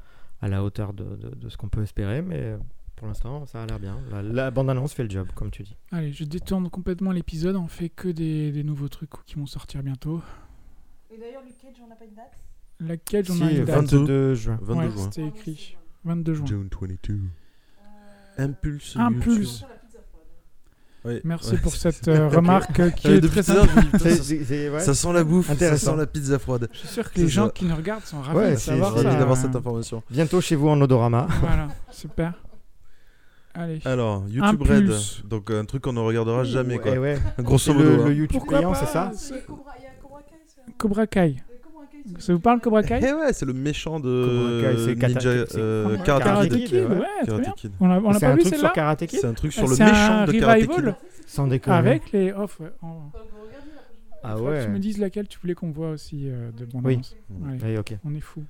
[SPEAKER 2] à la hauteur de, de- de ce qu'on peut espérer, mais pour l'instant, ça a l'air bien. La, la bande-annonce fait le job, comme tu dis.
[SPEAKER 4] Allez, je détourne complètement l'épisode, on fait que des, des nouveaux trucs qui vont sortir bientôt.
[SPEAKER 3] Et d'ailleurs, Luke Cage, on n'a pas une date.
[SPEAKER 4] La cage, on
[SPEAKER 2] Si,
[SPEAKER 4] a une date.
[SPEAKER 2] 22 juin.
[SPEAKER 1] 22
[SPEAKER 4] Ouais,
[SPEAKER 1] juin.
[SPEAKER 4] c'était écrit. 22 juin.
[SPEAKER 1] June 22.
[SPEAKER 2] Euh,
[SPEAKER 1] Impulse.
[SPEAKER 4] Impulse.
[SPEAKER 1] YouTube. Ouais,
[SPEAKER 4] Merci
[SPEAKER 1] ouais,
[SPEAKER 4] pour
[SPEAKER 1] c'est-
[SPEAKER 4] cette, euh, remarque, euh, qui
[SPEAKER 1] Ouais,
[SPEAKER 4] est
[SPEAKER 1] depuis
[SPEAKER 4] très
[SPEAKER 1] tout à l'heure, je me dis,
[SPEAKER 2] C'est-
[SPEAKER 1] putain,
[SPEAKER 2] c'est- c'est- ouais.
[SPEAKER 1] Ça ça sent la bouffe, ça
[SPEAKER 2] Intéressant.
[SPEAKER 1] sent la pizza froide.
[SPEAKER 4] Je suis sûr que les
[SPEAKER 1] Ça,
[SPEAKER 4] gens
[SPEAKER 1] ça-
[SPEAKER 4] qui nous regardent sont ravis
[SPEAKER 2] Ouais,
[SPEAKER 4] de
[SPEAKER 2] c'est-
[SPEAKER 1] Je suis
[SPEAKER 4] savoir
[SPEAKER 1] ravi
[SPEAKER 4] ça.
[SPEAKER 1] d'avoir cette information.
[SPEAKER 2] Bientôt chez vous en odorama.
[SPEAKER 4] Voilà, super. Allez.
[SPEAKER 2] Euh.
[SPEAKER 1] Alors,
[SPEAKER 4] Un
[SPEAKER 1] YouTube Red,
[SPEAKER 4] plus.
[SPEAKER 1] donc euh, un truc qu'on ne regardera jamais, quoi.
[SPEAKER 2] Eh ouais.
[SPEAKER 1] Grosso
[SPEAKER 2] C'est le-
[SPEAKER 1] modo.
[SPEAKER 2] le
[SPEAKER 1] hein.
[SPEAKER 2] YouTube
[SPEAKER 4] Pourquoi
[SPEAKER 2] payant,
[SPEAKER 4] pas
[SPEAKER 2] c'est ça
[SPEAKER 4] Cobra Kai.
[SPEAKER 3] Euh,
[SPEAKER 4] Ça vous parle Cobra Kai
[SPEAKER 2] Euh,
[SPEAKER 1] Eh ouais, c'est le méchant de
[SPEAKER 2] Cobra Kai, c'est Kata-
[SPEAKER 1] Ninja,
[SPEAKER 2] c'est-
[SPEAKER 1] euh,
[SPEAKER 2] Ah,
[SPEAKER 1] Karate,
[SPEAKER 2] Karate
[SPEAKER 1] Kid.
[SPEAKER 2] Kid, ouais,
[SPEAKER 4] très
[SPEAKER 1] Karate
[SPEAKER 4] bien.
[SPEAKER 1] Kid.
[SPEAKER 4] On l'a- on l'a
[SPEAKER 2] C'est
[SPEAKER 4] pas
[SPEAKER 2] un
[SPEAKER 4] vu
[SPEAKER 2] truc sur
[SPEAKER 4] celle-là
[SPEAKER 2] Karate Kid
[SPEAKER 1] C'est un truc sur
[SPEAKER 4] Ah,
[SPEAKER 1] le
[SPEAKER 4] c'est un
[SPEAKER 1] méchant de Karate Kid.
[SPEAKER 4] revival
[SPEAKER 2] Sans déconner.
[SPEAKER 4] Avec les off. ouais. En-
[SPEAKER 2] Ah
[SPEAKER 4] Il faudra que
[SPEAKER 2] ouais.
[SPEAKER 4] Tu me dises laquelle tu voulais qu'on voit aussi euh, de bande
[SPEAKER 2] Oui.
[SPEAKER 4] annonce. Ouais.
[SPEAKER 2] Oui, ok.
[SPEAKER 4] On est fou.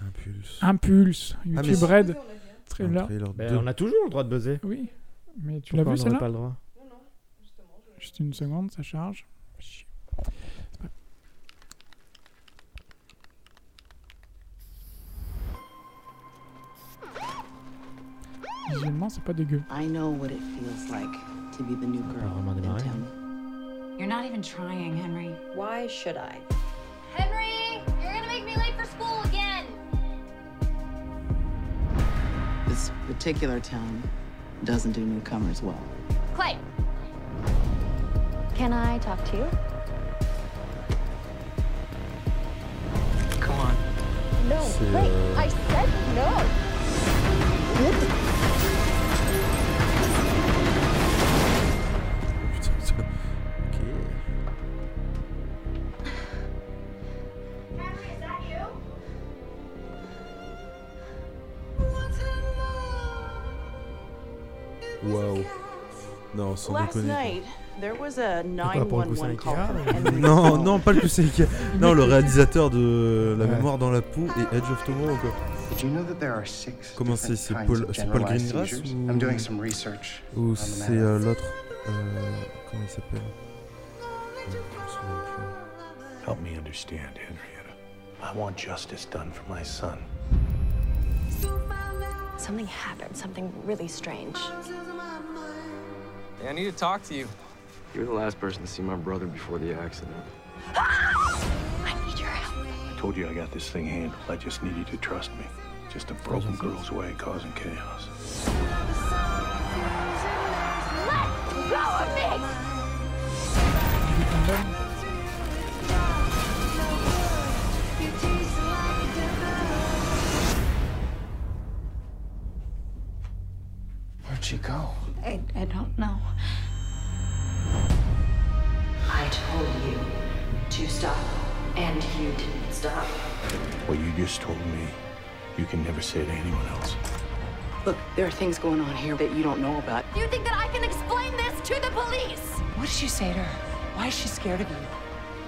[SPEAKER 1] Impulse.
[SPEAKER 4] Impulse,
[SPEAKER 2] Ah,
[SPEAKER 1] mais
[SPEAKER 4] YouTube
[SPEAKER 1] c'est-
[SPEAKER 4] Red,
[SPEAKER 1] Un
[SPEAKER 4] trailer.
[SPEAKER 1] trailer
[SPEAKER 2] Ben,
[SPEAKER 1] de-
[SPEAKER 2] on a toujours le droit de buzzer.
[SPEAKER 4] Oui, mais tu
[SPEAKER 2] Pourquoi on
[SPEAKER 4] l'as vu
[SPEAKER 2] n'aurait
[SPEAKER 4] celle-là
[SPEAKER 2] pas le droit
[SPEAKER 4] Juste une seconde, ça charge. Chier. C'est pas- Visuellement, c'est pas dégueu.
[SPEAKER 7] I know what it feels like to be the new girl
[SPEAKER 4] Ah,
[SPEAKER 7] in town.
[SPEAKER 13] You're not even trying, Henry. Why should I?
[SPEAKER 14] Henry, you're gonna make me late for school again.
[SPEAKER 7] This particular town doesn't do newcomers well.
[SPEAKER 14] Clay, can I talk to you?
[SPEAKER 7] Come on.
[SPEAKER 14] No,
[SPEAKER 7] C'est,
[SPEAKER 14] Clay,
[SPEAKER 7] euh,
[SPEAKER 14] I said no.
[SPEAKER 1] Putain, ça- Ok. Waouh. Non, sans
[SPEAKER 7] Last
[SPEAKER 1] déconner. quoi.
[SPEAKER 7] night, there was a
[SPEAKER 2] pour le coussin
[SPEAKER 7] 911 call from Henry.
[SPEAKER 1] Non, non, pas le Kusaïka. Non, le réalisateur de La mémoire dans la peau et Edge of Tomorrow, quoi.
[SPEAKER 15] Did you know that there are six
[SPEAKER 1] Comment c'est C'est
[SPEAKER 15] kinds
[SPEAKER 1] Paul,
[SPEAKER 15] of
[SPEAKER 1] c'est Paul
[SPEAKER 15] generalized
[SPEAKER 1] Greengrass
[SPEAKER 15] seizures?
[SPEAKER 1] ou...
[SPEAKER 15] I'm doing some research
[SPEAKER 1] Ou
[SPEAKER 9] Ah,
[SPEAKER 15] on the
[SPEAKER 1] c'est
[SPEAKER 15] matter.
[SPEAKER 1] euh, l'autre euh, Comment il s'appelle Euh, je me souviens plus.
[SPEAKER 16] Help me understand, Henrietta. I want justice done for my son.
[SPEAKER 8] Something happened, something really strange.
[SPEAKER 17] Hey, I need to talk to you.
[SPEAKER 11] You were the last person to see my brother before the accident.
[SPEAKER 16] I told you I got this thing handled. I just need you to trust me. Just a broken girl's way causing chaos.
[SPEAKER 14] Go of me!
[SPEAKER 15] Where'd she go?
[SPEAKER 13] I, I don't know.
[SPEAKER 5] I told you to stop, and you didn't stop.
[SPEAKER 16] What you just told me, you can never say to anyone else.
[SPEAKER 7] Look, there are things going on here that you don't know about.
[SPEAKER 14] You think that I can explain this to the police?
[SPEAKER 5] What did you say to her? Why is she scared of you?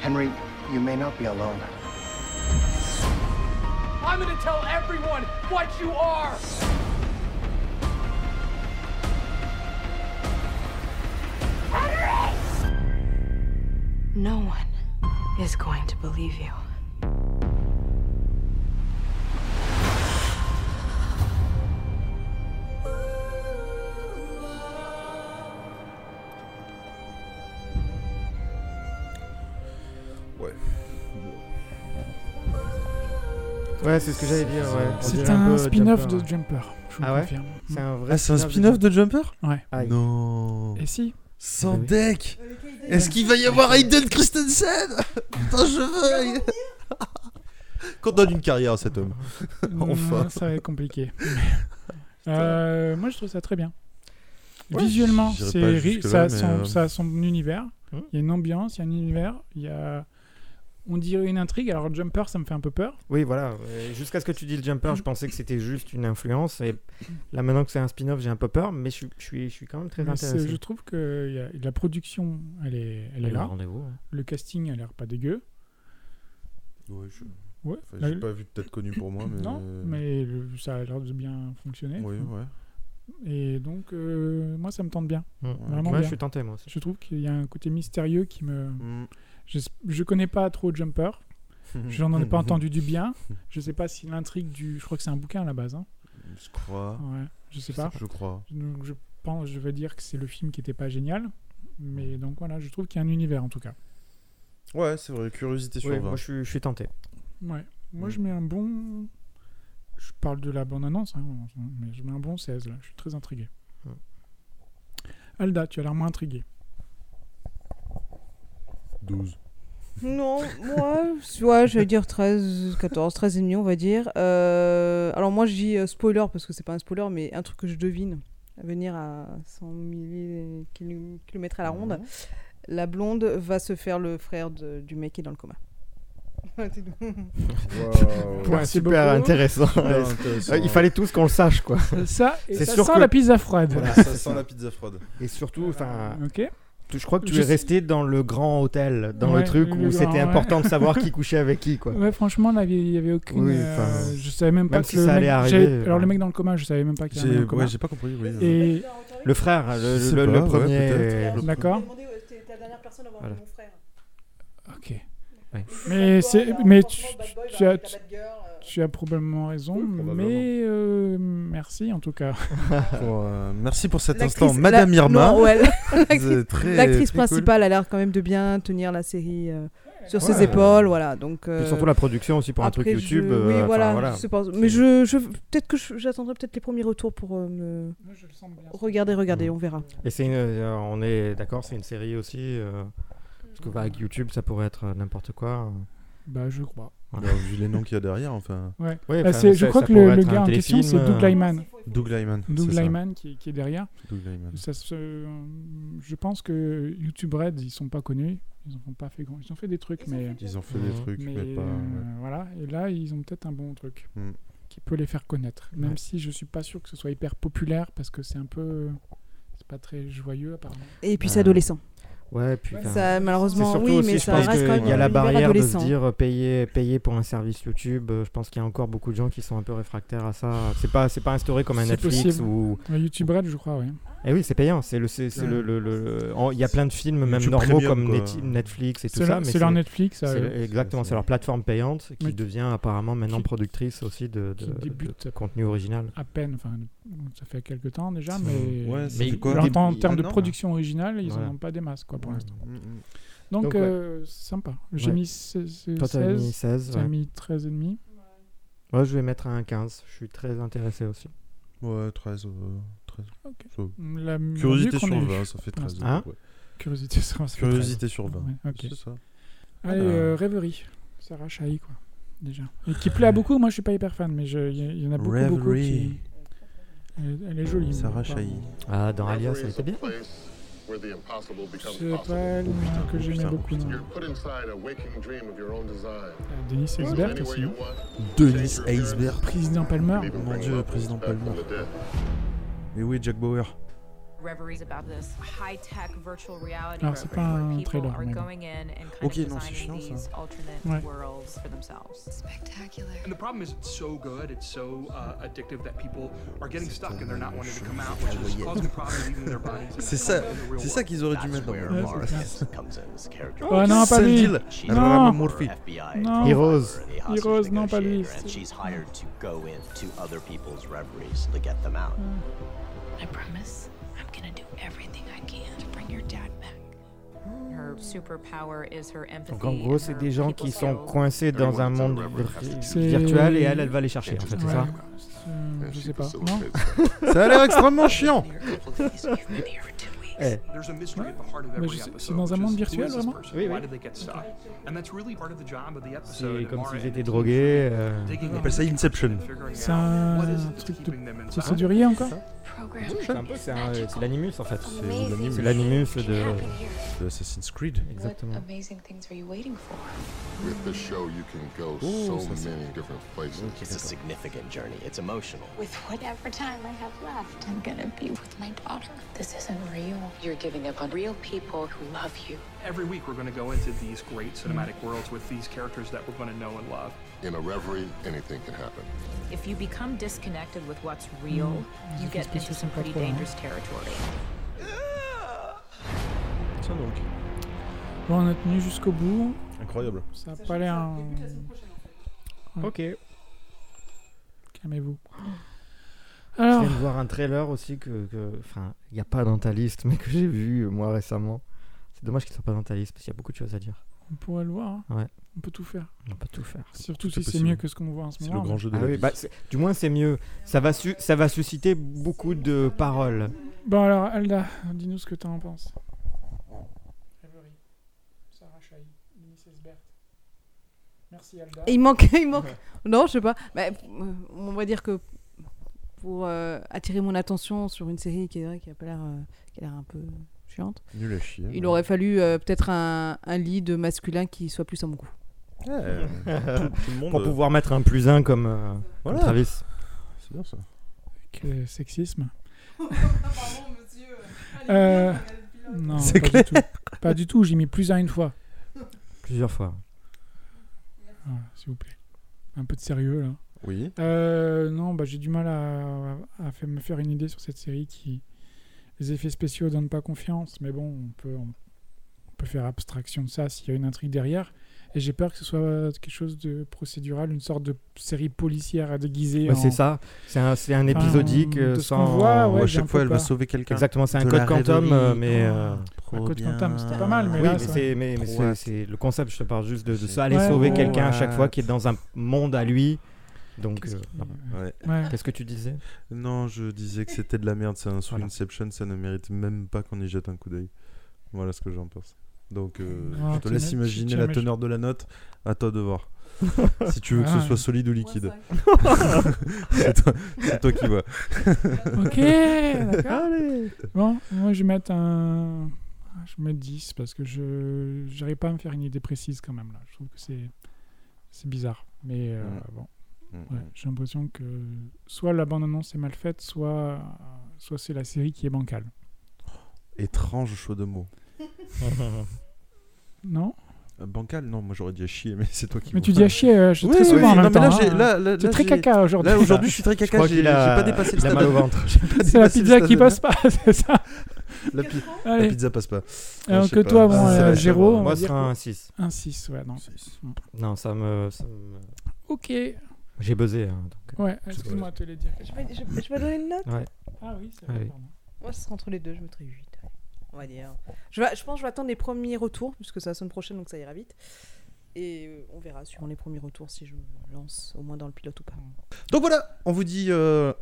[SPEAKER 15] Henry, you may not be alone.
[SPEAKER 10] I'm gonna tell everyone what you are!
[SPEAKER 5] No one is going to believe you.
[SPEAKER 1] Ouais.
[SPEAKER 2] Ouais, c'est ce que j'allais dire. Ouais. On
[SPEAKER 4] C'est
[SPEAKER 2] dirait
[SPEAKER 4] un
[SPEAKER 2] peu
[SPEAKER 4] spin-off
[SPEAKER 2] Jumper,
[SPEAKER 4] de
[SPEAKER 2] ouais.
[SPEAKER 4] Jumper, je vous
[SPEAKER 2] ah ouais
[SPEAKER 4] confirme.
[SPEAKER 2] C'est un vrai.
[SPEAKER 1] Ah, c'est un spin-off de Jumper
[SPEAKER 4] Ouais.
[SPEAKER 2] Aïe.
[SPEAKER 1] Non.
[SPEAKER 4] Et si
[SPEAKER 1] Sans
[SPEAKER 2] oui.
[SPEAKER 1] deck Est-ce qu'il va y avoir Aiden Christensen Putain, je veux Qu'on donne une carrière à cet homme. enfin.
[SPEAKER 4] Mm, Ça va être compliqué. Euh, moi, je trouve ça très bien. Visuellement,
[SPEAKER 1] j'irai
[SPEAKER 4] c'est
[SPEAKER 1] pas
[SPEAKER 4] ri-
[SPEAKER 1] jusque-là,
[SPEAKER 4] ça, a
[SPEAKER 1] mais,
[SPEAKER 4] son-
[SPEAKER 1] euh,
[SPEAKER 4] ça a son univers.
[SPEAKER 2] Hmm.
[SPEAKER 4] Il y a une ambiance, il y a un univers, il y a. On dirait une intrigue. Alors, Jumper, ça me fait un peu peur.
[SPEAKER 2] Oui, voilà. Euh, Jusqu'à ce que tu dis le jumper, je pensais que c'était juste une influence. Et là, maintenant que c'est un spin-off, j'ai un peu peur, mais je, suis- je suis, je suis quand même très
[SPEAKER 4] Mais c'est-
[SPEAKER 2] intéressé.
[SPEAKER 4] je trouve que il y a- la production, elle est, elle est
[SPEAKER 2] Elle est au
[SPEAKER 4] là.
[SPEAKER 2] rendez-vous, hein. ouais.
[SPEAKER 4] Le casting a l'air pas dégueu.
[SPEAKER 1] Ouais, je...
[SPEAKER 4] Ouais.
[SPEAKER 1] enfin,
[SPEAKER 4] La-
[SPEAKER 1] j'ai pas vu peut-être connu pour moi, mais.
[SPEAKER 4] Ah
[SPEAKER 1] euh,
[SPEAKER 4] Non, mais le- ça a l'air de bien fonctionner.
[SPEAKER 1] Oui, ouais.
[SPEAKER 4] Et donc, euh, moi, ça me tente bien.
[SPEAKER 2] Mm.
[SPEAKER 4] Vraiment
[SPEAKER 2] Ouais,
[SPEAKER 4] bien.
[SPEAKER 2] je suis tenté, moi aussi.
[SPEAKER 4] Je trouve qu'il y a un côté mystérieux qui me.
[SPEAKER 1] Hmm.
[SPEAKER 4] Je, je connais pas trop Jumper. Je n'en ai pas entendu du bien. Je sais pas si l'intrigue du. Je crois que c'est un bouquin à la base. hein.
[SPEAKER 1] Je crois.
[SPEAKER 2] Ah.
[SPEAKER 4] Ouais, je sais pas.
[SPEAKER 1] Je crois.
[SPEAKER 4] Donc, je pense, je vais dire que c'est le film qui était pas génial. Mais donc voilà, je trouve qu'il y a un univers en tout cas.
[SPEAKER 1] Ouais, c'est vrai, curiosité sur
[SPEAKER 2] Ouais,
[SPEAKER 1] 20.
[SPEAKER 2] moi, je suis, hein. je suis tenté.
[SPEAKER 4] Ouais. Moi,
[SPEAKER 2] Mm.
[SPEAKER 4] je mets un bon. Je parle de la bande-annonce, hein, mais je mets un bon 16 là. Je suis très intrigué.
[SPEAKER 2] Ouais.
[SPEAKER 4] Alda, tu as l'air moins intrigué.
[SPEAKER 1] 12.
[SPEAKER 3] Non, moi, ouais, j'allais dire 13, 14, 13 euh, et demi, on va dire. Euh, alors moi, j'ai spoiler parce que c'est pas un spoiler, mais un truc que je devine. à venir à 100 000 kilo- kilomètres à la ronde, la blonde va se faire le frère de- du mec qui est dans le coma. C'est tout.
[SPEAKER 2] Point
[SPEAKER 3] Merci
[SPEAKER 2] super
[SPEAKER 3] beaucoup.
[SPEAKER 2] intéressant.
[SPEAKER 1] Super intéressant.
[SPEAKER 2] Il fallait tous qu'on le sache, quoi.
[SPEAKER 4] Ça, et
[SPEAKER 2] C'est
[SPEAKER 4] ça
[SPEAKER 2] sûr
[SPEAKER 4] sent
[SPEAKER 2] que-
[SPEAKER 4] la pizza froide.
[SPEAKER 2] Voilà,
[SPEAKER 1] Ça
[SPEAKER 2] c'est
[SPEAKER 1] sent la pizza froide.
[SPEAKER 2] Et surtout, enfin.
[SPEAKER 4] Ok.
[SPEAKER 2] tu- Je crois que tu
[SPEAKER 4] Je
[SPEAKER 2] es
[SPEAKER 4] sais-
[SPEAKER 2] resté dans le grand hôtel, dans
[SPEAKER 4] Ouais,
[SPEAKER 2] le truc
[SPEAKER 4] le
[SPEAKER 2] où c'était
[SPEAKER 4] grand, ouais.
[SPEAKER 2] important de savoir qui couchait avec qui, quoi.
[SPEAKER 4] Ouais, franchement, là, il n'y avait aucune.
[SPEAKER 2] Oui,
[SPEAKER 4] euh,
[SPEAKER 2] enfin,
[SPEAKER 4] je savais même pas
[SPEAKER 2] même
[SPEAKER 4] que
[SPEAKER 2] si
[SPEAKER 4] le
[SPEAKER 2] ça
[SPEAKER 4] mec-
[SPEAKER 2] allait arriver,
[SPEAKER 4] j'avais-
[SPEAKER 2] euh,
[SPEAKER 4] Alors, le mec dans le coma, je savais même pas qu'il y avait un
[SPEAKER 1] J'ai-
[SPEAKER 4] mec dans le coma.
[SPEAKER 1] ouais, j'ai pas compris, oui.
[SPEAKER 4] Et...
[SPEAKER 2] Le frère,
[SPEAKER 1] Je
[SPEAKER 2] le,
[SPEAKER 1] sais
[SPEAKER 2] le- le
[SPEAKER 1] pas, ouais,
[SPEAKER 2] premier.
[SPEAKER 1] peut-être.
[SPEAKER 2] l'autre-
[SPEAKER 4] D'accord.
[SPEAKER 3] la dernière personne à avoir
[SPEAKER 2] Voilà.
[SPEAKER 3] mon frère.
[SPEAKER 4] Ok.
[SPEAKER 2] Ouais.
[SPEAKER 4] Mais, c'est,
[SPEAKER 3] alors,
[SPEAKER 4] mais tu,
[SPEAKER 3] franchement, bad boy,
[SPEAKER 4] tu
[SPEAKER 3] bah,
[SPEAKER 4] as,
[SPEAKER 3] avec la bad girl, euh.
[SPEAKER 4] tu as probablement raison,
[SPEAKER 1] probablement.
[SPEAKER 4] mais euh, merci en tout cas.
[SPEAKER 1] Pour, euh, merci pour cet
[SPEAKER 3] L'actrice-
[SPEAKER 1] instant, Madame
[SPEAKER 3] la-
[SPEAKER 1] Irma.
[SPEAKER 3] non, ouais,
[SPEAKER 1] Vous
[SPEAKER 3] l'actrice
[SPEAKER 1] êtes très-
[SPEAKER 3] l'actrice
[SPEAKER 1] très cool.
[SPEAKER 3] principale a l'air quand même de bien tenir la série euh, sur ses
[SPEAKER 2] Ouais.
[SPEAKER 3] épaules, voilà. Donc
[SPEAKER 2] Puis
[SPEAKER 3] euh,
[SPEAKER 2] surtout la production aussi pour un
[SPEAKER 3] après,
[SPEAKER 2] truc YouTube,
[SPEAKER 3] je-
[SPEAKER 2] euh,
[SPEAKER 3] oui,
[SPEAKER 2] enfin,
[SPEAKER 3] voilà.
[SPEAKER 2] voilà.
[SPEAKER 3] je sais pas. Mais je, je- peut-être que je- j'attendrai peut-être les premiers retours pour euh, me regarder, regarder,
[SPEAKER 2] Mm.
[SPEAKER 3] on verra.
[SPEAKER 2] Et c'est une- euh, on est d'accord, c'est une série aussi. euh, parce que bah, avec YouTube, ça pourrait être euh, n'importe quoi.
[SPEAKER 4] Bah, je crois.
[SPEAKER 2] Voilà.
[SPEAKER 1] Bah, vu les noms qu'il y a derrière, enfin.
[SPEAKER 4] Ouais.
[SPEAKER 2] Ouais,
[SPEAKER 4] Bah,
[SPEAKER 2] enfin,
[SPEAKER 4] c'est-
[SPEAKER 2] ça-
[SPEAKER 4] je crois
[SPEAKER 2] ça
[SPEAKER 4] que le,
[SPEAKER 2] pourrait
[SPEAKER 4] le
[SPEAKER 2] être un
[SPEAKER 4] gars en question, c'est
[SPEAKER 2] téléfilm,
[SPEAKER 4] Doug
[SPEAKER 2] euh,
[SPEAKER 4] Lyman.
[SPEAKER 1] Doug Lyman.
[SPEAKER 4] Doug
[SPEAKER 1] c'est ça.
[SPEAKER 4] Lyman qui, qui est derrière.
[SPEAKER 1] Doug Lyman.
[SPEAKER 4] Ça se- je pense que YouTube Red, ils sont pas connus. Ils ont pas fait grand. Ils ont fait des trucs, mais.
[SPEAKER 1] Ils ont fait des
[SPEAKER 2] Mhm.
[SPEAKER 1] trucs, mais,
[SPEAKER 4] mais,
[SPEAKER 1] pas.
[SPEAKER 4] euh, voilà. Et là, ils ont peut-être un bon truc
[SPEAKER 1] Mm.
[SPEAKER 4] qui peut les faire connaître. Même
[SPEAKER 2] Ouais.
[SPEAKER 4] si je suis pas sûr que ce soit hyper populaire parce que c'est un peu. C'est pas très joyeux, apparemment.
[SPEAKER 3] Et puis c'est
[SPEAKER 2] Ouais.
[SPEAKER 3] adolescent.
[SPEAKER 2] Ouais, puis, Ah, enfin,
[SPEAKER 3] Ça, malheureusement,
[SPEAKER 2] c'est surtout
[SPEAKER 3] oui,
[SPEAKER 2] aussi, je
[SPEAKER 3] mais ça
[SPEAKER 2] pense
[SPEAKER 3] reste
[SPEAKER 2] que
[SPEAKER 3] quand même
[SPEAKER 2] Il y a la
[SPEAKER 3] univers
[SPEAKER 2] barrière de se
[SPEAKER 3] adolescent.
[SPEAKER 2] dire euh, payer, payer pour un service YouTube. euh, Je pense qu'il y a encore beaucoup de gens qui sont un peu réfractaires à ça. C'est pas, c'est pas instauré comme un
[SPEAKER 4] C'est
[SPEAKER 2] Netflix
[SPEAKER 4] possible.
[SPEAKER 2] ou.
[SPEAKER 4] Ouais, YouTube Red, je crois, oui.
[SPEAKER 2] Eh oui, c'est payant. C'est le, c'est, c'est
[SPEAKER 4] Ouais.
[SPEAKER 2] le, le- le- en- Il y a plein de films, même
[SPEAKER 1] YouTube
[SPEAKER 2] normaux,
[SPEAKER 1] Premium,
[SPEAKER 2] comme
[SPEAKER 1] quoi.
[SPEAKER 2] Neti- Netflix et tout
[SPEAKER 4] C'est
[SPEAKER 2] ça.
[SPEAKER 4] leur,
[SPEAKER 2] mais
[SPEAKER 4] c'est leur Netflix.
[SPEAKER 2] c'est
[SPEAKER 4] euh,
[SPEAKER 2] le- exactement, c'est leur plateforme payante qui
[SPEAKER 4] Mais-
[SPEAKER 2] devient apparemment maintenant
[SPEAKER 4] qui-
[SPEAKER 2] productrice aussi de,
[SPEAKER 4] qui
[SPEAKER 2] de- de
[SPEAKER 4] débute.
[SPEAKER 2] contenu original.
[SPEAKER 4] à peine, enfin, ça fait quelques temps déjà,
[SPEAKER 1] C'est-
[SPEAKER 4] mais,
[SPEAKER 1] ouais, c'était
[SPEAKER 4] mais
[SPEAKER 1] quoi
[SPEAKER 4] en-
[SPEAKER 1] Début-
[SPEAKER 4] en termes de
[SPEAKER 1] un an,
[SPEAKER 4] production originale, ils
[SPEAKER 2] Voilà.
[SPEAKER 4] en ont pas des masses quoi pour
[SPEAKER 2] Ouais.
[SPEAKER 4] l'instant.
[SPEAKER 1] Mm, mm.
[SPEAKER 4] Donc,
[SPEAKER 2] Donc, ouais.
[SPEAKER 4] euh, sympa. J'ai
[SPEAKER 2] Ouais.
[SPEAKER 4] mis se- se-
[SPEAKER 2] Toi, t'as
[SPEAKER 4] 16,
[SPEAKER 2] mis 16.
[SPEAKER 4] t'as
[SPEAKER 2] ouais.
[SPEAKER 4] mis 13 et demi.
[SPEAKER 2] Moi, je vais mettre un 15. Je suis très intéressé aussi.
[SPEAKER 1] Ouais, 13. euh, 13.
[SPEAKER 4] Ok.
[SPEAKER 1] Ça-
[SPEAKER 4] La m-
[SPEAKER 1] Curiosité
[SPEAKER 4] mieux qu'on
[SPEAKER 1] sur
[SPEAKER 4] ait eu.
[SPEAKER 1] 20, ça fait 13.
[SPEAKER 2] Hein
[SPEAKER 1] ouais.
[SPEAKER 4] Curiosité sur 20. ça fait
[SPEAKER 1] Curiosité sur 20.
[SPEAKER 4] 13. Ouais, ok.
[SPEAKER 1] C'est ça.
[SPEAKER 4] Allez,
[SPEAKER 1] Ah.
[SPEAKER 4] euh, rêverie. Sarah Chahi quoi. Déjà. Et qui plaît à beaucoup. Moi, je suis pas hyper fan, mais je- il y, il y en a beaucoup, beaucoup
[SPEAKER 1] Rêverie.
[SPEAKER 4] qui. Elle, elle est jolie. mais
[SPEAKER 1] Sarah
[SPEAKER 4] pas-
[SPEAKER 1] Chahi.
[SPEAKER 2] Ah, dans Alias, ça a été bien.
[SPEAKER 17] where the impossible becomes
[SPEAKER 4] C'est pas
[SPEAKER 17] possible.
[SPEAKER 4] elle
[SPEAKER 1] Oh, putain,
[SPEAKER 4] que j'aimais
[SPEAKER 1] putain,
[SPEAKER 4] beaucoup.
[SPEAKER 1] putain.
[SPEAKER 4] non.
[SPEAKER 17] You're put inside a waking dream of your own design.
[SPEAKER 4] Euh, Denis
[SPEAKER 17] Go
[SPEAKER 4] Haysbert
[SPEAKER 17] anywhere
[SPEAKER 4] aussi.
[SPEAKER 17] you
[SPEAKER 4] non
[SPEAKER 17] want,
[SPEAKER 1] Denis Haysbert.
[SPEAKER 4] Président Palmer.
[SPEAKER 17] even
[SPEAKER 1] Mon
[SPEAKER 17] bring
[SPEAKER 1] dieu,
[SPEAKER 17] weapons
[SPEAKER 1] président
[SPEAKER 17] back from
[SPEAKER 1] Palmer.
[SPEAKER 17] the dead.
[SPEAKER 1] Mais oui, Jack Bauer.
[SPEAKER 18] reveries about this high-tech virtual reality
[SPEAKER 4] Alors, c'est
[SPEAKER 18] program
[SPEAKER 4] pas
[SPEAKER 18] where
[SPEAKER 4] un
[SPEAKER 18] people
[SPEAKER 4] trailer,
[SPEAKER 18] are
[SPEAKER 4] mais bon.
[SPEAKER 18] going in and kind
[SPEAKER 1] Ok,
[SPEAKER 18] of
[SPEAKER 1] non, c'est
[SPEAKER 18] designing
[SPEAKER 1] chiant, ça.
[SPEAKER 18] these alternate
[SPEAKER 4] Ouais.
[SPEAKER 18] worlds for themselves.
[SPEAKER 13] Spectacular.
[SPEAKER 19] And the problem is, it's so good, it's so uh, addictive that people are getting stuck and they're not wanting to come out, which is causing problems even in their bodies.
[SPEAKER 1] C'est ça, c'est ça qu'ils auraient dû mettre dans
[SPEAKER 4] Ouais,
[SPEAKER 1] le
[SPEAKER 4] c'est clair.
[SPEAKER 9] comes in as a character.
[SPEAKER 4] Oh non, pas lui.
[SPEAKER 1] Sandil
[SPEAKER 4] Non.
[SPEAKER 1] Murphy.
[SPEAKER 9] FBI
[SPEAKER 4] Non.
[SPEAKER 2] Heroes.
[SPEAKER 4] Heroes, non, pas lui.
[SPEAKER 9] and she's hired to go into other people's reveries to get them out.
[SPEAKER 5] I promise I'm gonna do everything I can to bring your dad back.
[SPEAKER 18] Her superpower is her empathy.
[SPEAKER 2] Donc en gros, c'est des gens qui sont
[SPEAKER 18] coincés.
[SPEAKER 2] coincés dans un monde
[SPEAKER 4] C'est-
[SPEAKER 2] vir- virtuel et elle, elle va les chercher. En fait, c'est
[SPEAKER 4] Ouais.
[SPEAKER 2] ça.
[SPEAKER 4] Euh, Je sais pas. Non
[SPEAKER 1] Ça a l'air extrêmement chiant.
[SPEAKER 2] Eh.
[SPEAKER 19] There's a mystery at the heart of
[SPEAKER 4] Mais
[SPEAKER 19] every
[SPEAKER 4] je sais-
[SPEAKER 19] episode.
[SPEAKER 4] c'est dans un
[SPEAKER 19] which
[SPEAKER 4] monde
[SPEAKER 19] is, who is
[SPEAKER 4] virtuel,
[SPEAKER 19] this
[SPEAKER 4] vraiment
[SPEAKER 19] person?
[SPEAKER 2] Oui, oui.
[SPEAKER 19] Why did they get stuck? And that's really part of the job of the episode.
[SPEAKER 2] C'est comme
[SPEAKER 19] Mara
[SPEAKER 2] s'ils
[SPEAKER 19] and
[SPEAKER 2] étaient
[SPEAKER 19] the team
[SPEAKER 2] drogués. euh,
[SPEAKER 19] digging
[SPEAKER 1] On appelle ça
[SPEAKER 19] into the
[SPEAKER 1] Inception.
[SPEAKER 19] concept and figuring
[SPEAKER 4] C'est
[SPEAKER 19] out what
[SPEAKER 4] un
[SPEAKER 19] is it that's
[SPEAKER 4] truc de
[SPEAKER 19] keeping them inside.
[SPEAKER 4] Procédurier encore
[SPEAKER 2] C'est un peu, c'est un- c'est l'animus en fait.
[SPEAKER 1] C'est l'animus.
[SPEAKER 2] C'est l'animus de.
[SPEAKER 1] De Assassin's Creed.
[SPEAKER 5] What
[SPEAKER 2] Exactement.
[SPEAKER 5] amazing things are you waiting for?
[SPEAKER 17] With the show, you can go
[SPEAKER 1] Ooh,
[SPEAKER 17] so
[SPEAKER 1] ça, c'est-
[SPEAKER 17] many different places.
[SPEAKER 9] It's a significant journey. It's emotional.
[SPEAKER 5] With whatever time I have left, I'm gonna be with my daughter. This isn't real. You're giving up on real people who love you.
[SPEAKER 19] Every week, we're going to go into these great cinematic worlds with these characters that we're going to know and love.
[SPEAKER 17] In a reverie, anything can happen.
[SPEAKER 18] If you become disconnected with what's real, you
[SPEAKER 4] Je
[SPEAKER 18] get
[SPEAKER 4] pense que
[SPEAKER 18] into
[SPEAKER 4] c'est
[SPEAKER 18] some
[SPEAKER 4] pas
[SPEAKER 18] pretty
[SPEAKER 4] trop, hein.
[SPEAKER 18] dangerous territory.
[SPEAKER 1] Tiens donc.
[SPEAKER 4] Bon, on a tenu jusqu'au bout.
[SPEAKER 1] Incroyable.
[SPEAKER 4] Ça a pas l'air. hein. un-
[SPEAKER 2] Ok.
[SPEAKER 4] Calmez-vous.
[SPEAKER 2] Je
[SPEAKER 4] Alors,
[SPEAKER 2] viens de voir un trailer aussi que. que- Enfin, il n'y a pas dans ta liste, mais que j'ai vu euh, moi récemment. C'est dommage qu'il ne soit pas dans ta liste parce qu'il y a beaucoup de choses à dire.
[SPEAKER 4] on pourrait le voir. hein.
[SPEAKER 2] Ouais.
[SPEAKER 4] On peut tout faire.
[SPEAKER 2] On peut tout faire.
[SPEAKER 4] Surtout
[SPEAKER 1] C'est
[SPEAKER 4] si c'est
[SPEAKER 1] possible.
[SPEAKER 4] mieux que ce qu'on voit en ce
[SPEAKER 1] C'est
[SPEAKER 4] moment.
[SPEAKER 1] le grand jeu de
[SPEAKER 2] Ah
[SPEAKER 1] la
[SPEAKER 2] oui,
[SPEAKER 1] vie.
[SPEAKER 2] bah, c'est- du moins c'est mieux. Ça va, su- ça va susciter beaucoup de paroles.
[SPEAKER 4] Bon, alors, Alda, dis-nous ce que t'en penses. Rêverie. Sarah Chahi. Denis Esbert. Merci, Alda.
[SPEAKER 3] Et il manque, il manque. Non, je sais pas. Bah, euh, on va dire que pour euh, attirer mon attention sur une série qui, est vrai, qui a pas l'air euh, qui a l'air un peu chiante.
[SPEAKER 1] Nul à chier,
[SPEAKER 3] Il
[SPEAKER 1] ouais.
[SPEAKER 3] aurait fallu euh, peut-être un, un lead masculin qui soit plus à mon goût.
[SPEAKER 1] euh,
[SPEAKER 4] Euh.
[SPEAKER 2] Pour pouvoir mettre un plus un comme, euh, comme
[SPEAKER 1] Voilà.
[SPEAKER 2] Travis.
[SPEAKER 1] C'est bien ça.
[SPEAKER 4] Quel sexisme.
[SPEAKER 3] Euh,
[SPEAKER 4] non,
[SPEAKER 1] C'est
[SPEAKER 4] pas
[SPEAKER 1] clair.
[SPEAKER 4] Du tout. Pas du tout, j'ai mis plus à une fois.
[SPEAKER 2] Plusieurs fois.
[SPEAKER 4] Voilà, Ah, S'il vous plaît. Un peu de sérieux là.
[SPEAKER 1] Oui.
[SPEAKER 4] Euh, non, bah, j'ai du mal à, à fa- me faire une idée sur cette série qui. Les effets spéciaux donnent pas confiance, mais bon, on peut, on peut faire abstraction de ça s'il y a une intrigue derrière. Et j'ai peur que ce soit quelque chose de procédural, une sorte de série policière à déguiser.
[SPEAKER 2] Ouais,
[SPEAKER 4] en-
[SPEAKER 2] Bah, C'est ça, c'est un, c'est un
[SPEAKER 4] Enfin,
[SPEAKER 2] épisodique euh,
[SPEAKER 4] de ce qu'on
[SPEAKER 2] sans.
[SPEAKER 4] voit, ouais,
[SPEAKER 1] à
[SPEAKER 4] j'ai un
[SPEAKER 1] chaque fois,
[SPEAKER 4] peu
[SPEAKER 1] elle va
[SPEAKER 4] peur.
[SPEAKER 1] sauver quelqu'un.
[SPEAKER 2] Exactement, c'est un
[SPEAKER 1] De
[SPEAKER 2] code
[SPEAKER 1] la
[SPEAKER 2] quantum,
[SPEAKER 1] rêverie.
[SPEAKER 2] euh, mais.
[SPEAKER 1] Oh,
[SPEAKER 2] euh,
[SPEAKER 1] trop
[SPEAKER 4] Code
[SPEAKER 1] bien.
[SPEAKER 4] Quantum, c'était pas mal, mais
[SPEAKER 2] oui,
[SPEAKER 4] là,
[SPEAKER 2] mais
[SPEAKER 4] ça-
[SPEAKER 2] c'est mais, mais
[SPEAKER 1] Trop
[SPEAKER 2] c'est- c'est le concept. Je te parle juste de, de ça, aller
[SPEAKER 4] Ouais,
[SPEAKER 2] sauver
[SPEAKER 4] ouais.
[SPEAKER 2] quelqu'un à chaque
[SPEAKER 1] What
[SPEAKER 2] fois qui est dans un monde à lui. Donc, euh, pardon.
[SPEAKER 1] Ouais.
[SPEAKER 4] Ouais.
[SPEAKER 2] qu'est-ce que tu disais
[SPEAKER 1] Non, je disais que c'était de la merde. C'est un sous
[SPEAKER 2] Voilà.
[SPEAKER 1] Inception, ça ne mérite même pas qu'on y jette un coup d'œil. Voilà ce que j'en pense. Donc, euh,
[SPEAKER 4] Ah,
[SPEAKER 1] je te
[SPEAKER 4] tu
[SPEAKER 1] laisse
[SPEAKER 4] n'as- tu
[SPEAKER 1] imaginer
[SPEAKER 4] as
[SPEAKER 1] la
[SPEAKER 4] jamais-
[SPEAKER 1] teneur de la note. À toi de voir. si tu veux que
[SPEAKER 4] Ah,
[SPEAKER 1] ce
[SPEAKER 4] ouais.
[SPEAKER 1] soit solide ou liquide. c'est toi, c'est toi qui vois.
[SPEAKER 4] Ok, d'accord. Bon, moi je vais mettre un. ah, Je vais mettre 10 parce que je j'arrive pas à me faire une idée précise quand même là. Je trouve que c'est c'est bizarre. Mais euh,
[SPEAKER 1] Mm.
[SPEAKER 4] bon,
[SPEAKER 1] Mm,
[SPEAKER 4] Ouais,
[SPEAKER 1] mm.
[SPEAKER 4] j'ai l'impression que soit la bande annonce est mal faite, soit soit c'est la série qui est bancale.
[SPEAKER 1] Étrange choix de mots.
[SPEAKER 4] Non
[SPEAKER 1] Euh, Bancal, non, moi j'aurais dit à chier, mais c'est toi qui.
[SPEAKER 4] Mais
[SPEAKER 1] vois.
[SPEAKER 4] tu dis à chier euh, je-
[SPEAKER 1] Oui,
[SPEAKER 4] très
[SPEAKER 1] oui,
[SPEAKER 4] souvent en
[SPEAKER 1] non,
[SPEAKER 4] même
[SPEAKER 1] mais
[SPEAKER 4] temps.
[SPEAKER 1] là,
[SPEAKER 4] hein.
[SPEAKER 1] j'ai- là, là,
[SPEAKER 4] T'es
[SPEAKER 1] là,
[SPEAKER 4] très
[SPEAKER 1] j'ai-
[SPEAKER 4] caca aujourd'hui.
[SPEAKER 1] Là aujourd'hui, je suis très
[SPEAKER 2] Je crois
[SPEAKER 1] caca. J'ai
[SPEAKER 2] qu'il
[SPEAKER 1] j'ai
[SPEAKER 2] a-
[SPEAKER 1] pas dépassé le
[SPEAKER 2] il a
[SPEAKER 1] stade.
[SPEAKER 2] mal au ventre.
[SPEAKER 1] J'ai pas
[SPEAKER 4] C'est la
[SPEAKER 1] dépassé le
[SPEAKER 4] pizza qui
[SPEAKER 1] stade.
[SPEAKER 4] passe pas, c'est ça
[SPEAKER 1] La, pi- la
[SPEAKER 4] Allez.
[SPEAKER 1] pizza passe pas.
[SPEAKER 4] Alors
[SPEAKER 1] Je sais
[SPEAKER 4] que
[SPEAKER 1] pas.
[SPEAKER 4] toi, bon,
[SPEAKER 1] Ah, c'est
[SPEAKER 4] euh,
[SPEAKER 1] la-
[SPEAKER 4] Géraud, on
[SPEAKER 2] Moi,
[SPEAKER 4] va
[SPEAKER 2] ce
[SPEAKER 4] dire
[SPEAKER 2] sera
[SPEAKER 4] quoi
[SPEAKER 2] un 6.
[SPEAKER 4] un 6, ouais, non. Mm.
[SPEAKER 2] Non, ça me. ça me-
[SPEAKER 4] Ok,
[SPEAKER 2] J'ai buzzé. hein, donc, euh,
[SPEAKER 4] ouais,
[SPEAKER 2] c'est-
[SPEAKER 4] excuse-moi de te le dire.
[SPEAKER 3] Je vais, je, je vais donner une note
[SPEAKER 2] Ouais.
[SPEAKER 4] Ah oui, c'est
[SPEAKER 2] Ah
[SPEAKER 4] vrai,
[SPEAKER 2] oui.
[SPEAKER 4] pardon.
[SPEAKER 3] Moi, ce sera entre les deux, je mettrai 8. On va dire. Je, vais- je pense que je vais attendre les premiers retours, puisque c'est la semaine prochaine, donc ça ira vite. Et euh, on verra suivant les premiers retours si je me lance au moins dans le pilote ou pas.
[SPEAKER 1] Donc voilà, on vous dit euh,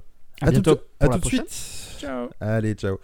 [SPEAKER 2] À bientôt
[SPEAKER 1] tout- à
[SPEAKER 2] pour la
[SPEAKER 1] tout de
[SPEAKER 2] prochaine.
[SPEAKER 1] suite.
[SPEAKER 4] Ciao
[SPEAKER 1] Allez, ciao.